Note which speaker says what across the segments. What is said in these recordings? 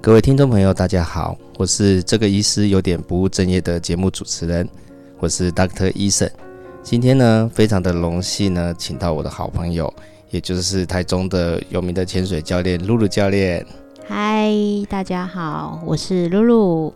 Speaker 1: 各位听众朋友，大家好，我是这个医师有点不务正业的节目主持人，我是 Doctor 医生。今天呢，非常的荣幸呢，请到我的好朋友，也就是台中的有名的潜水教练露露教练。
Speaker 2: 嗨，大家好，我是露露，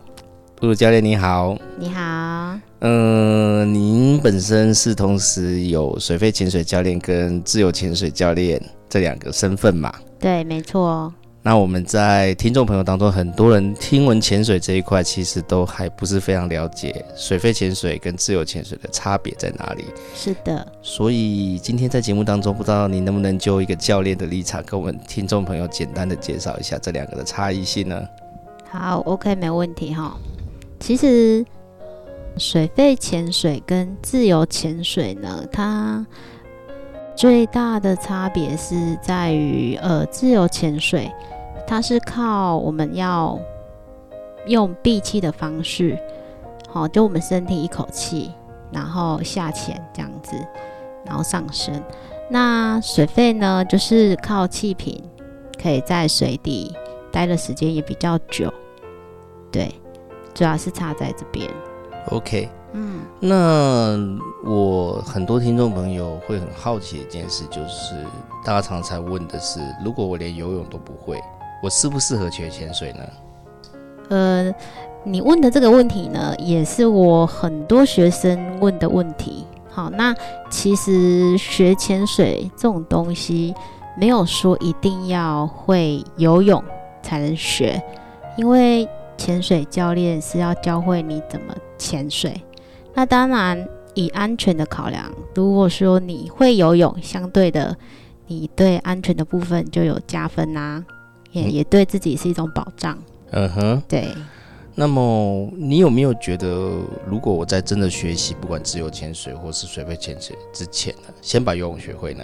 Speaker 1: 露露教练你好，
Speaker 2: 你好。
Speaker 1: 嗯、您本身是同时有水肺潜水教练跟自由潜水教练这两个身份嘛？
Speaker 2: 对，没错，
Speaker 1: 那我们在听众朋友当中，很多人听闻潜水这一块，其实都还不是非常了解水肺潜水跟自由潜水的差别在哪里。
Speaker 2: 是的，
Speaker 1: 所以今天在节目当中，不知道你能不能就一个教练的立场，跟我们听众朋友简单的介绍一下这两个的差异性呢？
Speaker 2: 好，OK，没问题哈。其实水肺潜水跟自由潜水呢，它最大的差别是在于，呃，自由潜水它是靠我们要用闭气的方式，好，就我们身体一口气，然后下潜这样子，然后上升。那水肺呢，就是靠气瓶，可以在水底待的时间也比较久。对，主要是差在这边。
Speaker 1: OK，嗯，那我很多听众朋友会很好奇一件事，就是大家常常问的是，如果我连游泳都不会，我适不适合学潜水呢？
Speaker 2: 呃，你问的这个问题呢，也是我很多学生问的问题。好，那其实学潜水这种东西，没有说一定要会游泳才能学，因为潜水教练是要教会你怎么潜水。那当然，以安全的考量，如果说你会游泳，相对的，你对安全的部分就有加分啦、啊也
Speaker 1: 嗯
Speaker 2: 也对自己是一种保障。
Speaker 1: 嗯哼，
Speaker 2: 对，
Speaker 1: 那么你有没有觉得，如果我在真的学习，不管自由潜水或是水肺潜水之前呢，先把游泳学会呢？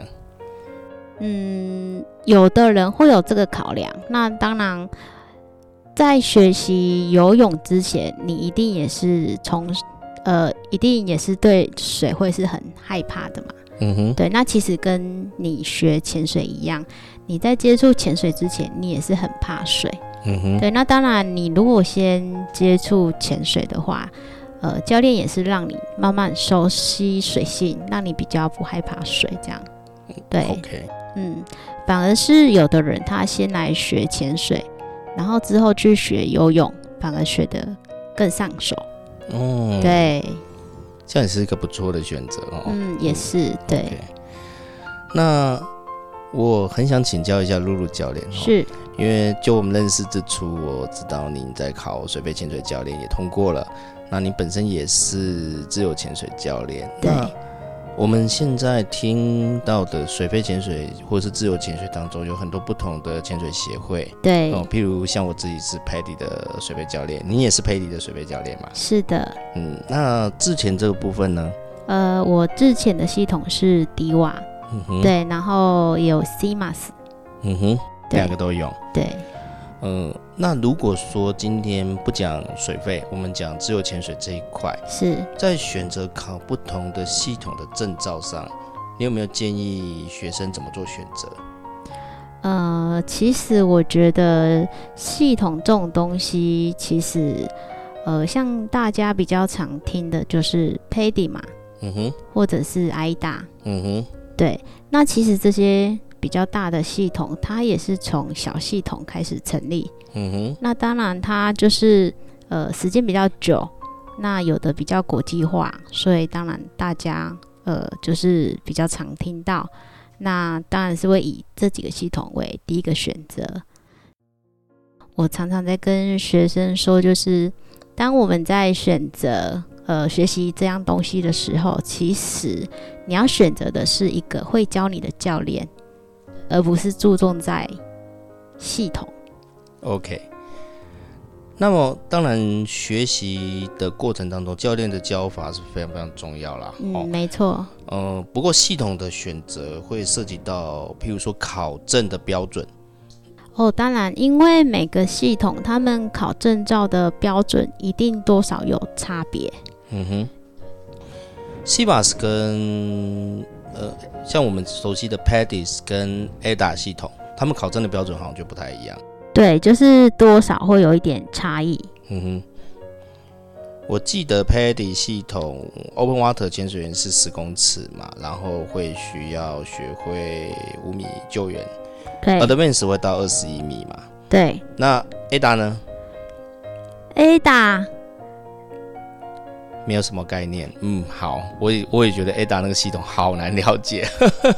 Speaker 2: 嗯，有的人会有这个考量。那当然，在学习游泳之前，你一定也是从呃，一定也是对水会是很害怕的嘛。
Speaker 1: 嗯哼，
Speaker 2: 对，那其实跟你学潜水一样，你在接触潜水之前，你也是很怕水。
Speaker 1: 嗯哼，
Speaker 2: 对，那当然，你如果先接触潜水的话，呃，教练也是让你慢慢熟悉水性，让你比较不害怕水这样。对
Speaker 1: o k
Speaker 2: 嗯，反而是有的人他先来学潜水，然后之后去学游泳，反而学得更上手。
Speaker 1: 哦，，
Speaker 2: 对，
Speaker 1: 这样也是一个不错的选择哦。
Speaker 2: 嗯，也是对
Speaker 1: OK 那我很想请教一下露露教练、哦，
Speaker 2: 是
Speaker 1: 因为就我们认识之初，我知道您在考水肺潜水教练也通过了，那你本身也是自由潜水教练。
Speaker 2: 对
Speaker 1: 那我们现在听到的水肺潜水或是自由潜水当中，有很多不同的潜水协会
Speaker 2: 对，
Speaker 1: 哦，譬如像我自己是佩里的水肺教练，你也是佩里的水肺教练嘛？
Speaker 2: 是的。
Speaker 1: 嗯，那之前这个部分呢？
Speaker 2: 呃，我之前的系统是迪瓦，
Speaker 1: 嗯哼，，
Speaker 2: 对，然后也有 CMAS，
Speaker 1: 嗯哼，
Speaker 2: 对
Speaker 1: 两个都有。
Speaker 2: 对，
Speaker 1: 嗯，那如果说今天不讲水费，我们讲自由潜水这一块，
Speaker 2: 是。
Speaker 1: 在选择考不同的系统的证照上，你有没有建议学生怎么做选择？
Speaker 2: 呃，其实我觉得系统这种东西，其实呃，像大家比较常听的就是 E PADI 嘛，
Speaker 1: 嗯哼，
Speaker 2: 或者是 IDA，
Speaker 1: 嗯哼，
Speaker 2: 对，那其实这些比较大的系统，它也是从小系统开始成立。
Speaker 1: 嗯哼，
Speaker 2: 那当然，它就是呃时间比较久，那有的比较国际化，所以当然大家呃就是比较常听到。那当然是会以这几个系统为第一个选择。我常常在跟学生说，就是当我们在选择呃学习这样东西的时候，其实你要选择的是一个会教你的教练，而不是注重在系统。
Speaker 1: OK。那么，当然学习的过程当中，教练的教法是非常非常重要啦。
Speaker 2: 嗯，
Speaker 1: 哦，
Speaker 2: 没错，
Speaker 1: 呃，不过系统的选择会涉及到，譬如说考证的标准。
Speaker 2: 哦，当然，因为每个系统他们考证照的标准一定多少有差别。
Speaker 1: 嗯哼，CBAS 跟呃，像我们熟悉的 PADIS 跟 ADA 系统，他们考证的标准好像就不太一样。
Speaker 2: 对，就是多少会有一点差异。
Speaker 1: 嗯哼，我记得 PADI 系统 Open Water 潜水员是十公尺嘛，然后会需要学会五米救援
Speaker 2: 对
Speaker 1: ，Advance 会到二十一米嘛。
Speaker 2: 对
Speaker 1: 那 Ada 呢，
Speaker 2: ，Ada
Speaker 1: 没有什么概念。嗯，好，我也我也觉得 Ada 那个系统好难了解。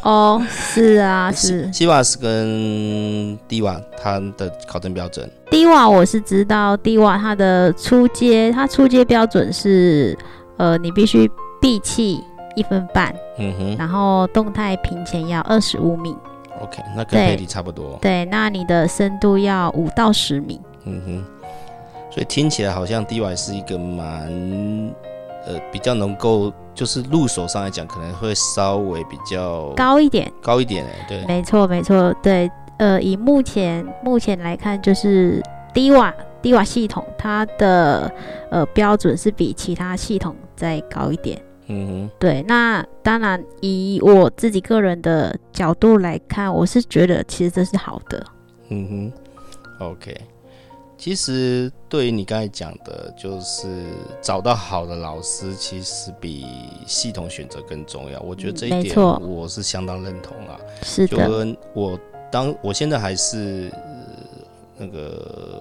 Speaker 2: 哦，是 啊，是
Speaker 1: 西瓦斯跟迪瓦它的考证标准，
Speaker 2: Diva 我是知道 Diva 它的出阶，它出阶标准是呃，你必须闭气一分半，
Speaker 1: 嗯哼
Speaker 2: 然后动态平前要二十五米，
Speaker 1: ，OK，那跟
Speaker 2: 对
Speaker 1: PADI 差不多。
Speaker 2: 对，那你的深度要五到十米。
Speaker 1: 嗯哼，所以听起来好像 DY 是一个蛮呃比较能够，就是入手上来讲，可能会稍微比较
Speaker 2: 高一点。
Speaker 1: 高一点哎，对，
Speaker 2: 没错，没错，对，呃，以目前目前来看，就是 DIVA DIVA 系统它的呃标准是比其他系统再高一点。
Speaker 1: 嗯
Speaker 2: 对，那当然以我自己个人的角度来看，我是觉得其实这是好的。
Speaker 1: 哼，嗯哼，OK。其实对于你刚才讲的，就是找到好的老师，其实比系统选择更重要。我觉得
Speaker 2: 嗯
Speaker 1: 这
Speaker 2: 没
Speaker 1: 一点
Speaker 2: 错
Speaker 1: 我是相当认同啦。
Speaker 2: 是
Speaker 1: 就
Speaker 2: 的，
Speaker 1: 跟我当我现在还是、呃那个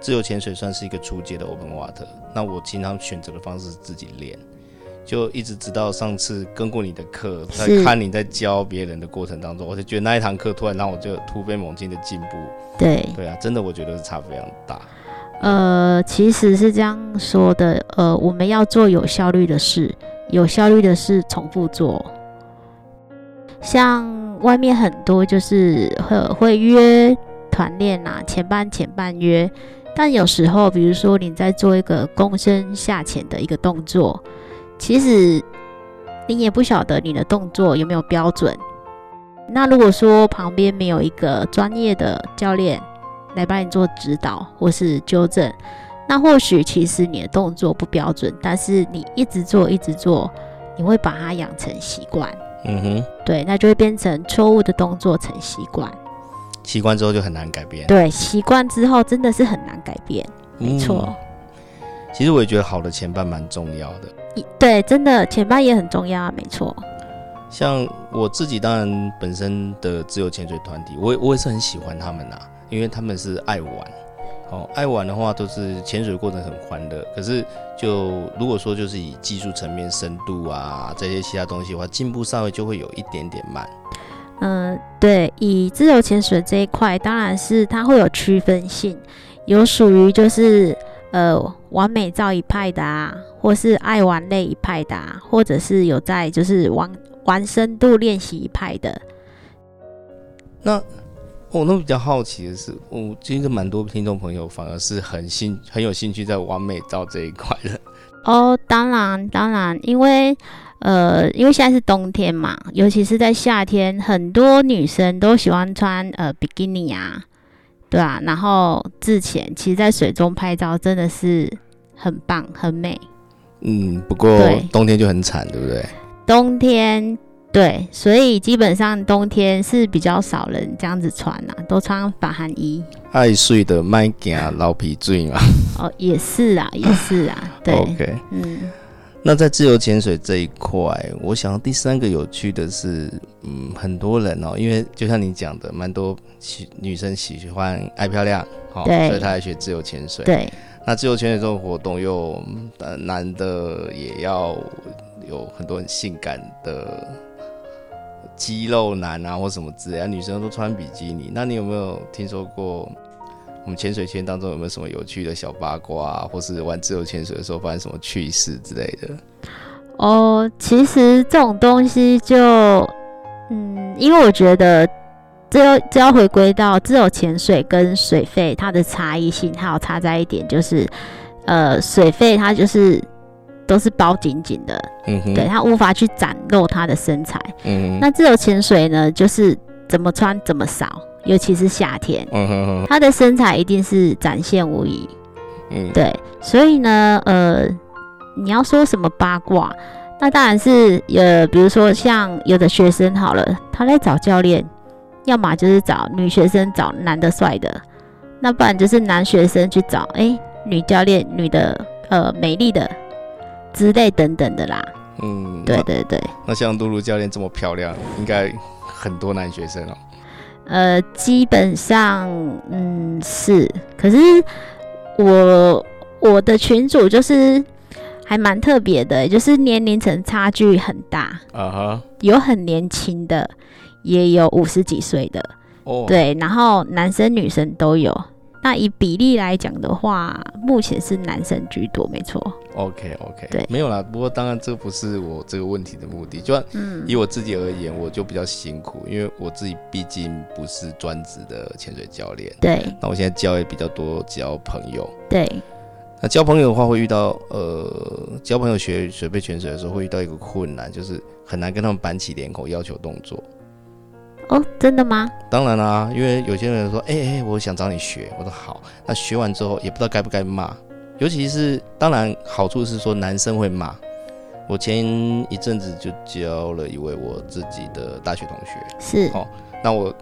Speaker 1: 自由潜水算是一个初阶的 open water，那我经常选择的方式是自己练，就一直直到上次跟过你的课，在
Speaker 2: 是
Speaker 1: 看你在教别人的过程当中，我就觉得那一堂课突然让我就突飞猛进的进步，
Speaker 2: 对，
Speaker 1: 对啊，真的我觉得是差非常大，
Speaker 2: 呃，其实是这样说的，呃，我们要做有效率的事，有效率的事重复做。像外面很多就是会会约团练啦，前半前半约，但有时候比如说你在做一个躬身下潜的一个动作，其实你也不晓得你的动作有没有标准。那如果说旁边没有一个专业的教练，来帮你做指导或是纠正。那或许其实你的动作不标准，但是你一直做一直做，你会把它养成习惯，
Speaker 1: 嗯哼，
Speaker 2: 对，那就会变成错误的动作成习惯。
Speaker 1: 习惯之后就很难改变，
Speaker 2: 对，习惯之后真的是很难改变，没错。
Speaker 1: 嗯其实我也觉得好的前半蛮重要的。
Speaker 2: 一对，真的前半也很重要，啊，没错。
Speaker 1: 像我自己，当然本身的自由潜水团体，我也我也是很喜欢他们呐、因为他们是爱玩。哦，爱玩的话都是潜水过程很欢乐，可是就如果说就是以技术层面、深度啊这些其他东西的话，进步稍微就会有一点点慢。
Speaker 2: 嗯，对，以自由潜水这一块，当然是它会有区分性，有属于就是呃完美照一派的啊，或是爱玩类一派的啊，或者是有在就是玩玩深度练习一派的。
Speaker 1: 哦，那我比较好奇的是，我其实蛮多听众朋友反而是很兴 很有兴趣在完美照这一块的。
Speaker 2: 哦，当然当然，因为呃，因为现在是冬天嘛，尤其是在夏天，很多女生都喜欢穿呃比基尼啊，对啊，然后自潜，其实在水中拍照真的是很棒，很美。
Speaker 1: 嗯，不过
Speaker 2: 对
Speaker 1: 冬天就很惨，对不对？
Speaker 2: 冬天对，所以基本上冬天是比较少人这样子穿啦、都穿法汗衣。
Speaker 1: 爱睡的麦家老皮醉嘛。
Speaker 2: 哦，也 是啊，也是啊，对
Speaker 1: OK。
Speaker 2: 嗯，
Speaker 1: 那在自由潜水这一块，我想第三个有趣的是，嗯，很多人哦，因为就像你讲的，蛮多喜女生喜欢爱漂亮，哦，
Speaker 2: 对
Speaker 1: 所以她来学自由潜水。
Speaker 2: 对，
Speaker 1: 那自由潜水这种活动又，嗯呃，男的也要有很多很性感的肌肉男啊，或什么之类的，女生都穿比基尼。那你有没有听说过？我们潜水圈当中有没有什么有趣的小八卦、啊，或是玩自由潜水的时候发生什么趣事之类的？
Speaker 2: 哦，其实这种东西就，嗯，因为我觉得这要这要回归到自由潜水跟水费它的差异性，还有差在一点就是，呃，水费它就是都是包紧紧的，
Speaker 1: 嗯哼，
Speaker 2: 对，，它无法去展露它的身材。
Speaker 1: 嗯哼，
Speaker 2: 那自由潜水呢，就是怎么穿怎么少，尤其是夏天，
Speaker 1: 嗯哼哼，
Speaker 2: 它的身材一定是展现无疑。
Speaker 1: 嗯，
Speaker 2: 对，所以呢，呃，你要说什么八卦，那当然是呃，比如说像有的学生好了，他在找教练，要么就是找女学生找男的帅的，那不然就是男学生去找哎、诶女教练、女的呃美丽的之类等等的啦。
Speaker 1: 嗯，
Speaker 2: 对
Speaker 1: 那。
Speaker 2: 对对，
Speaker 1: 那像露露教练这么漂亮，应该很多男学生哦。
Speaker 2: 呃，基本上嗯是，可是我我的群主就是还蛮特别的、就是年龄层差距很大，
Speaker 1: 啊哈，
Speaker 2: 有很年轻的，也有五十几岁的。
Speaker 1: 哦，，
Speaker 2: 对，然后男生女生都有。那以比例来讲的话，目前是男生居多，没错。
Speaker 1: OK OK，
Speaker 2: 对
Speaker 1: 没有啦。不过当然这不是我这个问题的目的，就算
Speaker 2: 嗯
Speaker 1: 以我自己而言，我就比较辛苦，因为我自己毕竟不是专职的潜水教练，
Speaker 2: 对
Speaker 1: 那我现在教也比较多交朋友。
Speaker 2: 对，
Speaker 1: 那交朋友的话，会遇到呃，交朋友学水肺潜水的时候，会遇到一个困难，就是很难跟他们板起脸孔要求动作。
Speaker 2: 哦，真的吗？
Speaker 1: 当然啦、因为有些人说，哎、哎、我想找你学，我说好。那学完之后也不知道该不该骂，尤其是当然好处是说男生会骂。我前一阵子就教了一位我自己的大学同学，
Speaker 2: 是
Speaker 1: 哦那我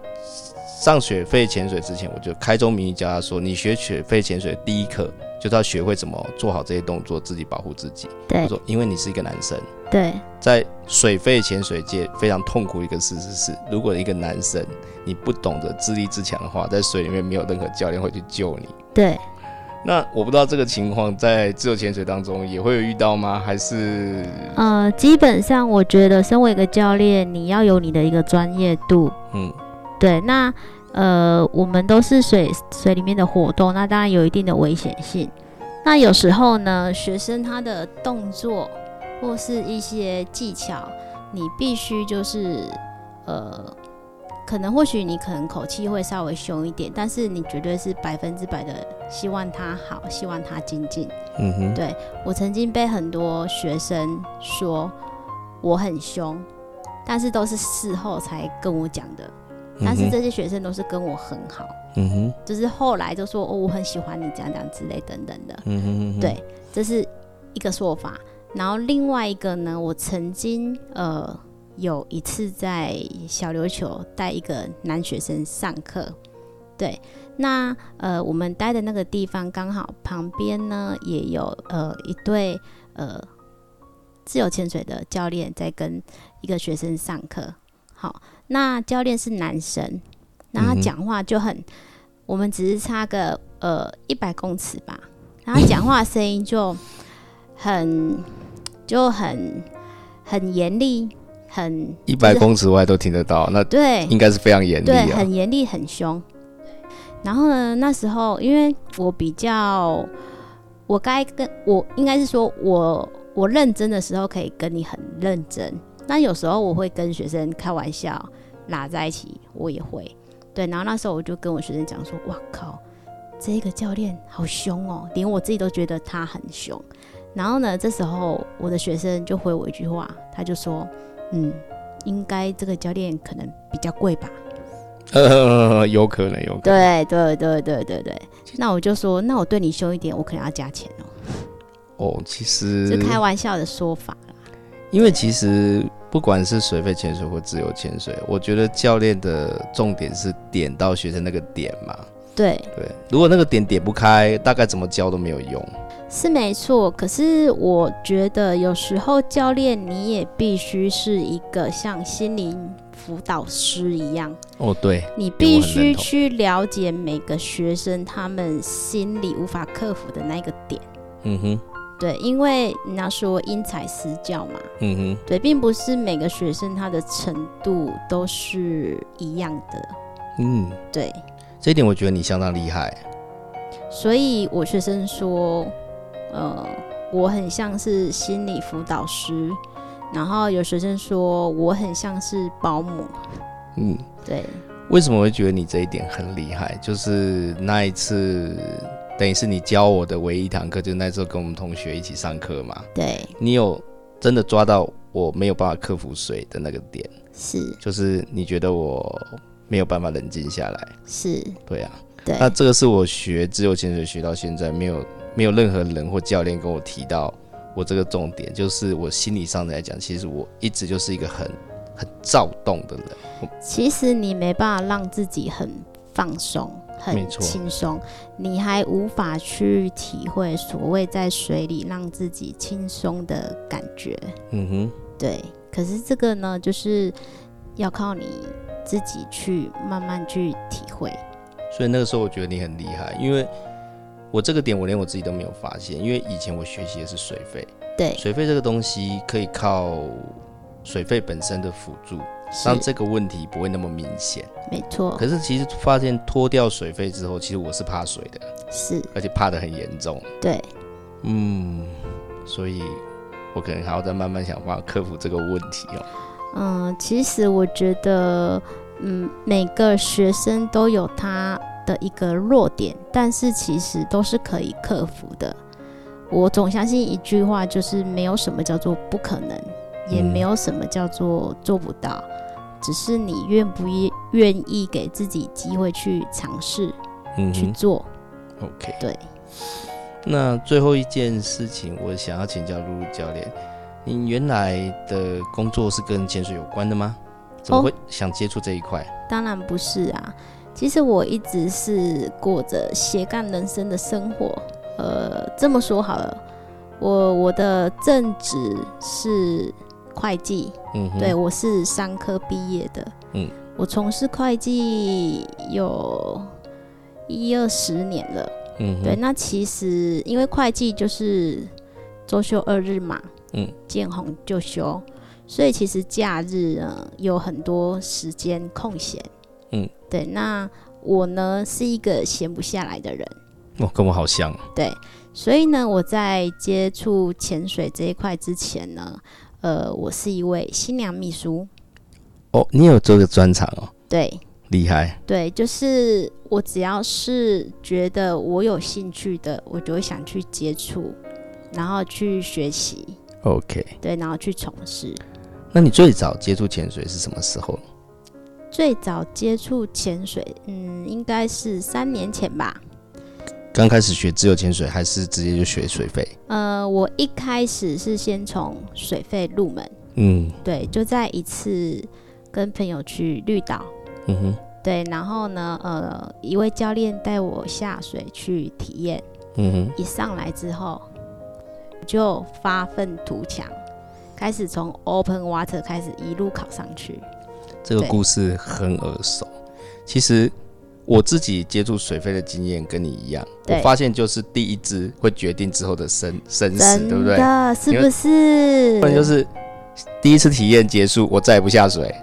Speaker 1: 上水肺潜水之前，我就开宗明义教他说，你学水肺潜水第一课就是要学会怎么做好这些动作，自己保护自己。他
Speaker 2: 对
Speaker 1: 说，因为你是一个男生，
Speaker 2: 对
Speaker 1: 在水肺潜水界非常痛苦一个事实是，如果一个男生你不懂得自立自强的话，在水里面没有任何教练会去救你。
Speaker 2: 对，
Speaker 1: 那我不知道这个情况在自由潜水当中也会有遇到吗？还是
Speaker 2: 呃，基本上我觉得，身为一个教练，你要有你的一个专业度。
Speaker 1: 嗯
Speaker 2: 对，那呃，我们都是水水里面的活动，那当然有一定的危险性。那有时候呢，学生他的动作或是一些技巧，你必须就是呃，可能或许你可能口气会稍微凶一点，但是你绝对是百分之百的希望他好，希望他精进。
Speaker 1: 嗯哼
Speaker 2: 对我曾经被很多学生说我很凶，但是都是事后才跟我讲的。但是这些学生都是跟我很好，
Speaker 1: 嗯哼
Speaker 2: 就是后来就说哦，我很喜欢你这样这样之类等等的，
Speaker 1: 嗯哼
Speaker 2: 对这是一个说法。然后另外一个呢，我曾经呃有一次在小琉球带一个男学生上课，对，那呃我们待的那个地方刚好旁边呢也有呃一对呃自由潜水的教练在跟一个学生上课，好，那教练是男生，然后
Speaker 1: 嗯
Speaker 2: 他
Speaker 1: 哼
Speaker 2: 讲话就很，我们只是差个呃一百公尺吧，然后他讲话声音就很就很很严厉，很
Speaker 1: 一百公尺外都听得到，那
Speaker 2: 对
Speaker 1: 应该是非常严厉
Speaker 2: 对，
Speaker 1: 啊。
Speaker 2: 很严厉很凶。然后呢，那时候因为我比较，我该跟我应该是说我我认真的时候可以跟你很认真，那有时候我会跟学生开玩笑拉在一起，我也会对。然后那时候我就跟我学生讲说：“哇靠，这个教练好凶哦，连我自己都觉得他很凶。”然后呢，这时候我的学生就回我一句话，他就说：“嗯，应该这个教练可能比较贵吧。”
Speaker 1: 呃，有可能，有可能。
Speaker 2: 对对对对对对，那我就说，那我对你凶一点，我可能要加钱哦、
Speaker 1: 哦，其实
Speaker 2: 就开玩笑的说法啦。
Speaker 1: 因为其实不管是水肺潜水或自由潜水，我觉得教练的重点是点到学生那个点嘛。
Speaker 2: 对，
Speaker 1: 对，如果那个点点不开，大概怎么教都没有用。
Speaker 2: 是没错。可是我觉得有时候教练你也必须是一个像心灵辅导师一样，
Speaker 1: 哦，对，
Speaker 2: 你必
Speaker 1: 我很认
Speaker 2: 须
Speaker 1: 同
Speaker 2: 去了解每个学生他们心里无法克服的那个点。
Speaker 1: 嗯哼，
Speaker 2: 对，因为人家说因材施教嘛，
Speaker 1: 嗯哼，
Speaker 2: 对，并不是每个学生他的程度都是一样的。
Speaker 1: 嗯，
Speaker 2: 对，
Speaker 1: 这一点我觉得你相当厉害。
Speaker 2: 所以我学生说，呃，我很像是心理辅导师，然后有学生说我很像是保姆，
Speaker 1: 嗯，
Speaker 2: 对
Speaker 1: 为什么我会觉得你这一点很厉害？就是那一次，等于是你教我的唯一一堂课，就是那时候跟我们同学一起上课嘛。
Speaker 2: 对
Speaker 1: 你有真的抓到我没有办法克服水的那个点。
Speaker 2: 是
Speaker 1: 就是你觉得我没有办法冷静下来，
Speaker 2: 是，
Speaker 1: 对啊，
Speaker 2: 对
Speaker 1: 那这个是我学自由潜水学到现在，没有没有任何人或教练跟我提到我这个重点，就是我心理上来讲，其实我一直就是一个很很躁动的人，
Speaker 2: 其实你没办法让自己很放松，
Speaker 1: 没
Speaker 2: 很
Speaker 1: 错
Speaker 2: 轻松，你还无法去体会所谓在水里让自己轻松的感觉。
Speaker 1: 嗯哼，
Speaker 2: 对，可是这个呢，就是要靠你自己去慢慢去体会。
Speaker 1: 所以那个时候我觉得你很厉害，因为我这个点我连我自己都没有发现，因为以前我学习的是水费，
Speaker 2: 对，
Speaker 1: 水费这个东西可以靠水费本身的辅助，
Speaker 2: 是哦
Speaker 1: 让这个问题不会那么明显。
Speaker 2: 没错，
Speaker 1: 可是其实发现脱掉水费之后，其实我是怕水的，
Speaker 2: 是
Speaker 1: 而且怕得很严重。
Speaker 2: 对，
Speaker 1: 嗯，所以我可能还要再慢慢想办法克服这个问题哦。
Speaker 2: 嗯，其实我觉得，嗯，每个学生都有他的一个弱点，但是其实都是可以克服的。我总相信一句话，就是没有什么叫做不可能，也
Speaker 1: 嗯
Speaker 2: 没有什么叫做做不到，只是你愿不愿愿意给自己机会去尝试
Speaker 1: 嗯
Speaker 2: 去
Speaker 1: 哼
Speaker 2: 做。
Speaker 1: ，OK。
Speaker 2: 对，
Speaker 1: 那最后一件事情，我想要请教露露教练，你原来的工作是跟潜水有关的吗？怎么
Speaker 2: 哦
Speaker 1: 会想接触这一块？
Speaker 2: 当然不是啊，其实我一直是过着斜杠人生的生活。呃，这么说好了，我我的正职是会计，
Speaker 1: 嗯哼，
Speaker 2: 对，我是商科毕业的。
Speaker 1: 嗯，
Speaker 2: 我从事会计有一二十年了。
Speaker 1: 嗯哼，
Speaker 2: 对，那其实因为会计就是周休二日嘛，
Speaker 1: 嗯，
Speaker 2: 见红就休，所以其实假日呢有很多时间空闲，
Speaker 1: 嗯，
Speaker 2: 对。那我呢是一个闲不下来的人，
Speaker 1: 哦，跟我好像，
Speaker 2: 对，所以呢我在接触潜水这一块之前呢，呃，我是一位新娘秘书，
Speaker 1: 哦，你有做个专场哦，
Speaker 2: 对。
Speaker 1: 厉害，
Speaker 2: 对，就是我只要是觉得我有兴趣的，我就会想去接触，然后去学习，
Speaker 1: OK，
Speaker 2: 对，然后去从事。
Speaker 1: 那你最早接触潜水是什么时候？
Speaker 2: 最早接触潜水，嗯，应该是三年前吧。
Speaker 1: 刚开始学自由潜水，还是直接就学水肺？
Speaker 2: 呃，我一开始是先从水费入门，
Speaker 1: 嗯
Speaker 2: 对，就在一次跟朋友去绿岛，
Speaker 1: 嗯哼
Speaker 2: 对，然后呢，呃，一位教练带我下水去体验，
Speaker 1: 嗯哼，
Speaker 2: 一上来之后，我就发愤图强，开始从 open water 开始一路考上去。
Speaker 1: 这个
Speaker 2: 对
Speaker 1: 故事很耳熟。其实我自己接触水肺的经验跟你一样，我
Speaker 2: 对
Speaker 1: 发现就是第一支会决定之后的生生死，
Speaker 2: 真
Speaker 1: 对不对？
Speaker 2: 的是
Speaker 1: 因为
Speaker 2: 不是？
Speaker 1: 不然就是第一次体验结束，我再也不下水，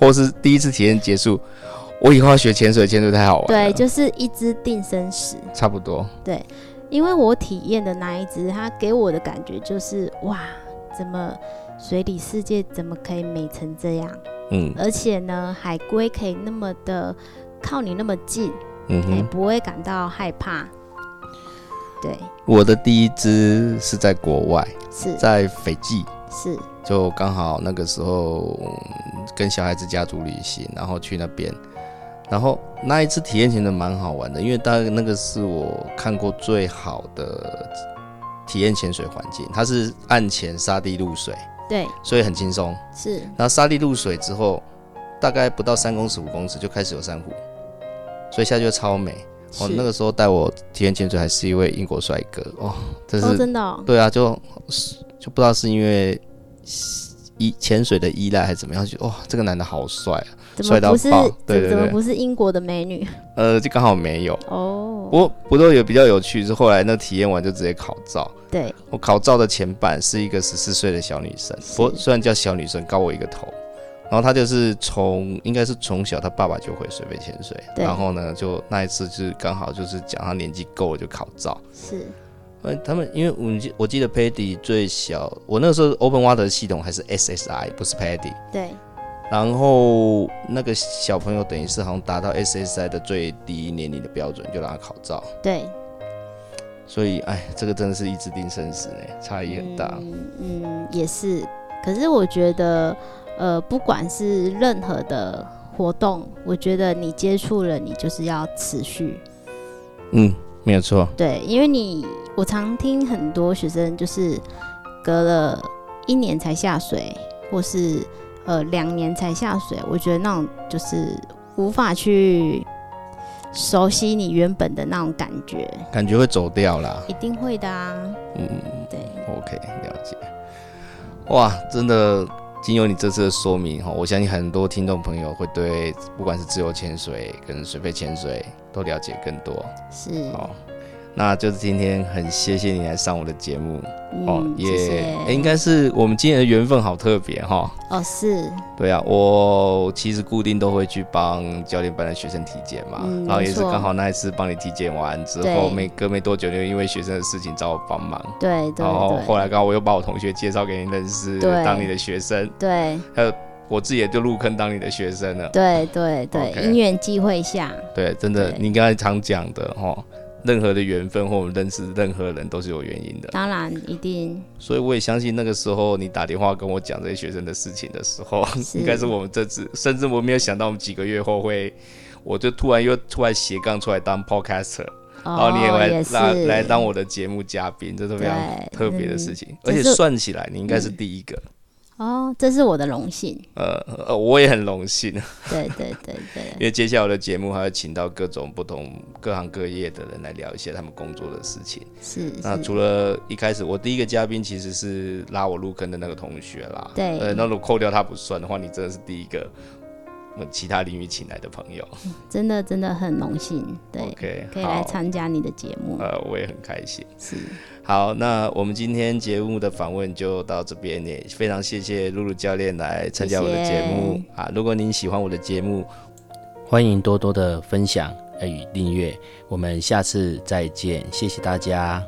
Speaker 1: 或是第一次体验结束，我以后要学潜水，潜水太好玩了。
Speaker 2: 对，就是一只定生死。
Speaker 1: 差不多。
Speaker 2: 因为我体验的那一只，它给我的感觉就是哇，怎么水里世界怎么可以美成这样？
Speaker 1: 嗯
Speaker 2: 而且呢，海龟可以那么的靠你那么近，
Speaker 1: 嗯
Speaker 2: 也、
Speaker 1: 哼，
Speaker 2: 不会感到害怕。对，
Speaker 1: 我的第一支是在国外，
Speaker 2: 是
Speaker 1: 在斐济。
Speaker 2: 是，
Speaker 1: 就刚好那个时候嗯跟小孩子家族旅行，然后去那边，然后那一次体验真的蛮好玩的，因为大概那个是我看过最好的体验潜水环境，它是岸前沙地入水，
Speaker 2: 对，
Speaker 1: 所以很轻松。
Speaker 2: 是
Speaker 1: 然后沙地入水之后，大概不到三公尺五公尺就开始有珊瑚，所以下去就超美。哦，
Speaker 2: 是
Speaker 1: 那个时候带我体验潜水还是一位英国帅哥哦，这是
Speaker 2: 哦，真的、哦，
Speaker 1: 对啊，就就不知道是因为依潜水的依赖还是怎么样，就哇、这个男的好帅啊！
Speaker 2: 怎
Speaker 1: 帅
Speaker 2: 么
Speaker 1: 到
Speaker 2: 不是
Speaker 1: 爆对
Speaker 2: 怎
Speaker 1: 对
Speaker 2: 怎么
Speaker 1: 对
Speaker 2: 不是英国的美女？
Speaker 1: 呃，就刚好没有。
Speaker 2: 哦
Speaker 1: 不，过不过有比较有趣是后来那体验完就直接考照，
Speaker 2: 对，
Speaker 1: 我考照的前半是一个十四岁的小女生，
Speaker 2: 是
Speaker 1: 不过虽然叫小女生，高我一个头。然后她就是从应该是从小她爸爸就会水肺潜水，
Speaker 2: 对
Speaker 1: 然后呢就那一次就是刚好就是讲她年纪够了就考照，
Speaker 2: 是
Speaker 1: 呃，他们因为我记我记得 Paddy 最小，我那个时候 Open Water 的系统还是 SSI，不是 Paddy。
Speaker 2: 对，
Speaker 1: 然后那个小朋友等于是好像达到 SSI 的最低年龄的标准，就让他考照。
Speaker 2: 对，
Speaker 1: 所以，哎，这个真的是一直定生死呢，差异很大。
Speaker 2: 嗯嗯，也是。可是我觉得，呃，不管是任何的活动，我觉得你接触了，你就是要持续。
Speaker 1: 嗯，没有错。
Speaker 2: 对，因为你，我常听很多学生就是隔了一年才下水，或是呃两年才下水，我觉得那种就是无法去熟悉你原本的那种感觉，
Speaker 1: 感觉会走掉啦。
Speaker 2: 一定会的啊。
Speaker 1: 嗯
Speaker 2: 对，
Speaker 1: ，OK，了解。哇，真的，经由你这次的说明哈，我相信很多听众朋友会对不管是自由潜水跟水肺潜水都了解更多。
Speaker 2: 是，
Speaker 1: 哦，那就是今天很谢谢你来上我的节目哦
Speaker 2: 嗯，，
Speaker 1: 也
Speaker 2: 谢谢。
Speaker 1: 诶应该是我们今年的缘分好特别哈、
Speaker 2: 哦，是，
Speaker 1: 对啊，我其实固定都会去帮教练班的学生体检嘛，
Speaker 2: 嗯
Speaker 1: 然后也
Speaker 2: 没
Speaker 1: 是
Speaker 2: 错
Speaker 1: 刚好那一次帮你体检完之后，
Speaker 2: 对
Speaker 1: 没隔没多久就因为学生的事情找我帮忙，
Speaker 2: 对对
Speaker 1: 然后后
Speaker 2: 对，
Speaker 1: 来刚好我又把我同学介绍给你认识，
Speaker 2: 对
Speaker 1: 当你的学生，
Speaker 2: 对
Speaker 1: 我自己也就入坑当你的学生了。
Speaker 2: 对对对，
Speaker 1: OK
Speaker 2: 因缘际会下，
Speaker 1: 对，真的，
Speaker 2: 对
Speaker 1: 你刚才常讲的哈，任何的缘分或我们认识任何人都是有原因的，
Speaker 2: 当然一定
Speaker 1: 所以我也相信那个时候你打电话跟我讲这些学生的事情的时 候，
Speaker 2: 是
Speaker 1: 应该是我们这次，甚至我没有想到我们几个月后会，我就突然又突然斜杠出来当 podcaster，、然后
Speaker 2: 哦，
Speaker 1: 你也来
Speaker 2: 是
Speaker 1: 来来当我的节目嘉宾，这是非常
Speaker 2: 对
Speaker 1: 特别的
Speaker 2: 嗯
Speaker 1: 事情，
Speaker 2: 这
Speaker 1: 而且
Speaker 2: 是
Speaker 1: 算起来你应该是第一个，
Speaker 2: 哦，这是我的荣幸，
Speaker 1: 呃呃，我也很荣幸，
Speaker 2: 嗯对对对
Speaker 1: 因
Speaker 2: 对，
Speaker 1: 为接下来我的节目还会请到各种不同各行各业的人来聊一些他们工作的事情。
Speaker 2: 是
Speaker 1: 那
Speaker 2: 是，
Speaker 1: 除了一开始，我第一个嘉宾其实是拉我入坑的那个同学啦。
Speaker 2: 对
Speaker 1: 呃，那如果扣掉他不算的话，你真的是第一个我们其他领域请来的朋友。
Speaker 2: 真的真的很荣幸，对，
Speaker 1: OK，
Speaker 2: 可以来
Speaker 1: 好，
Speaker 2: 参加你的节目，
Speaker 1: 呃，我也很开心。
Speaker 2: 是，
Speaker 1: 好，那我们今天节目的访问就到这边，也非常谢谢露露教练来参加我的节目
Speaker 2: 谢
Speaker 1: 啊！如果您喜欢我的节目，欢呃迎多多的分享与订阅，我们下次再见，谢谢大家。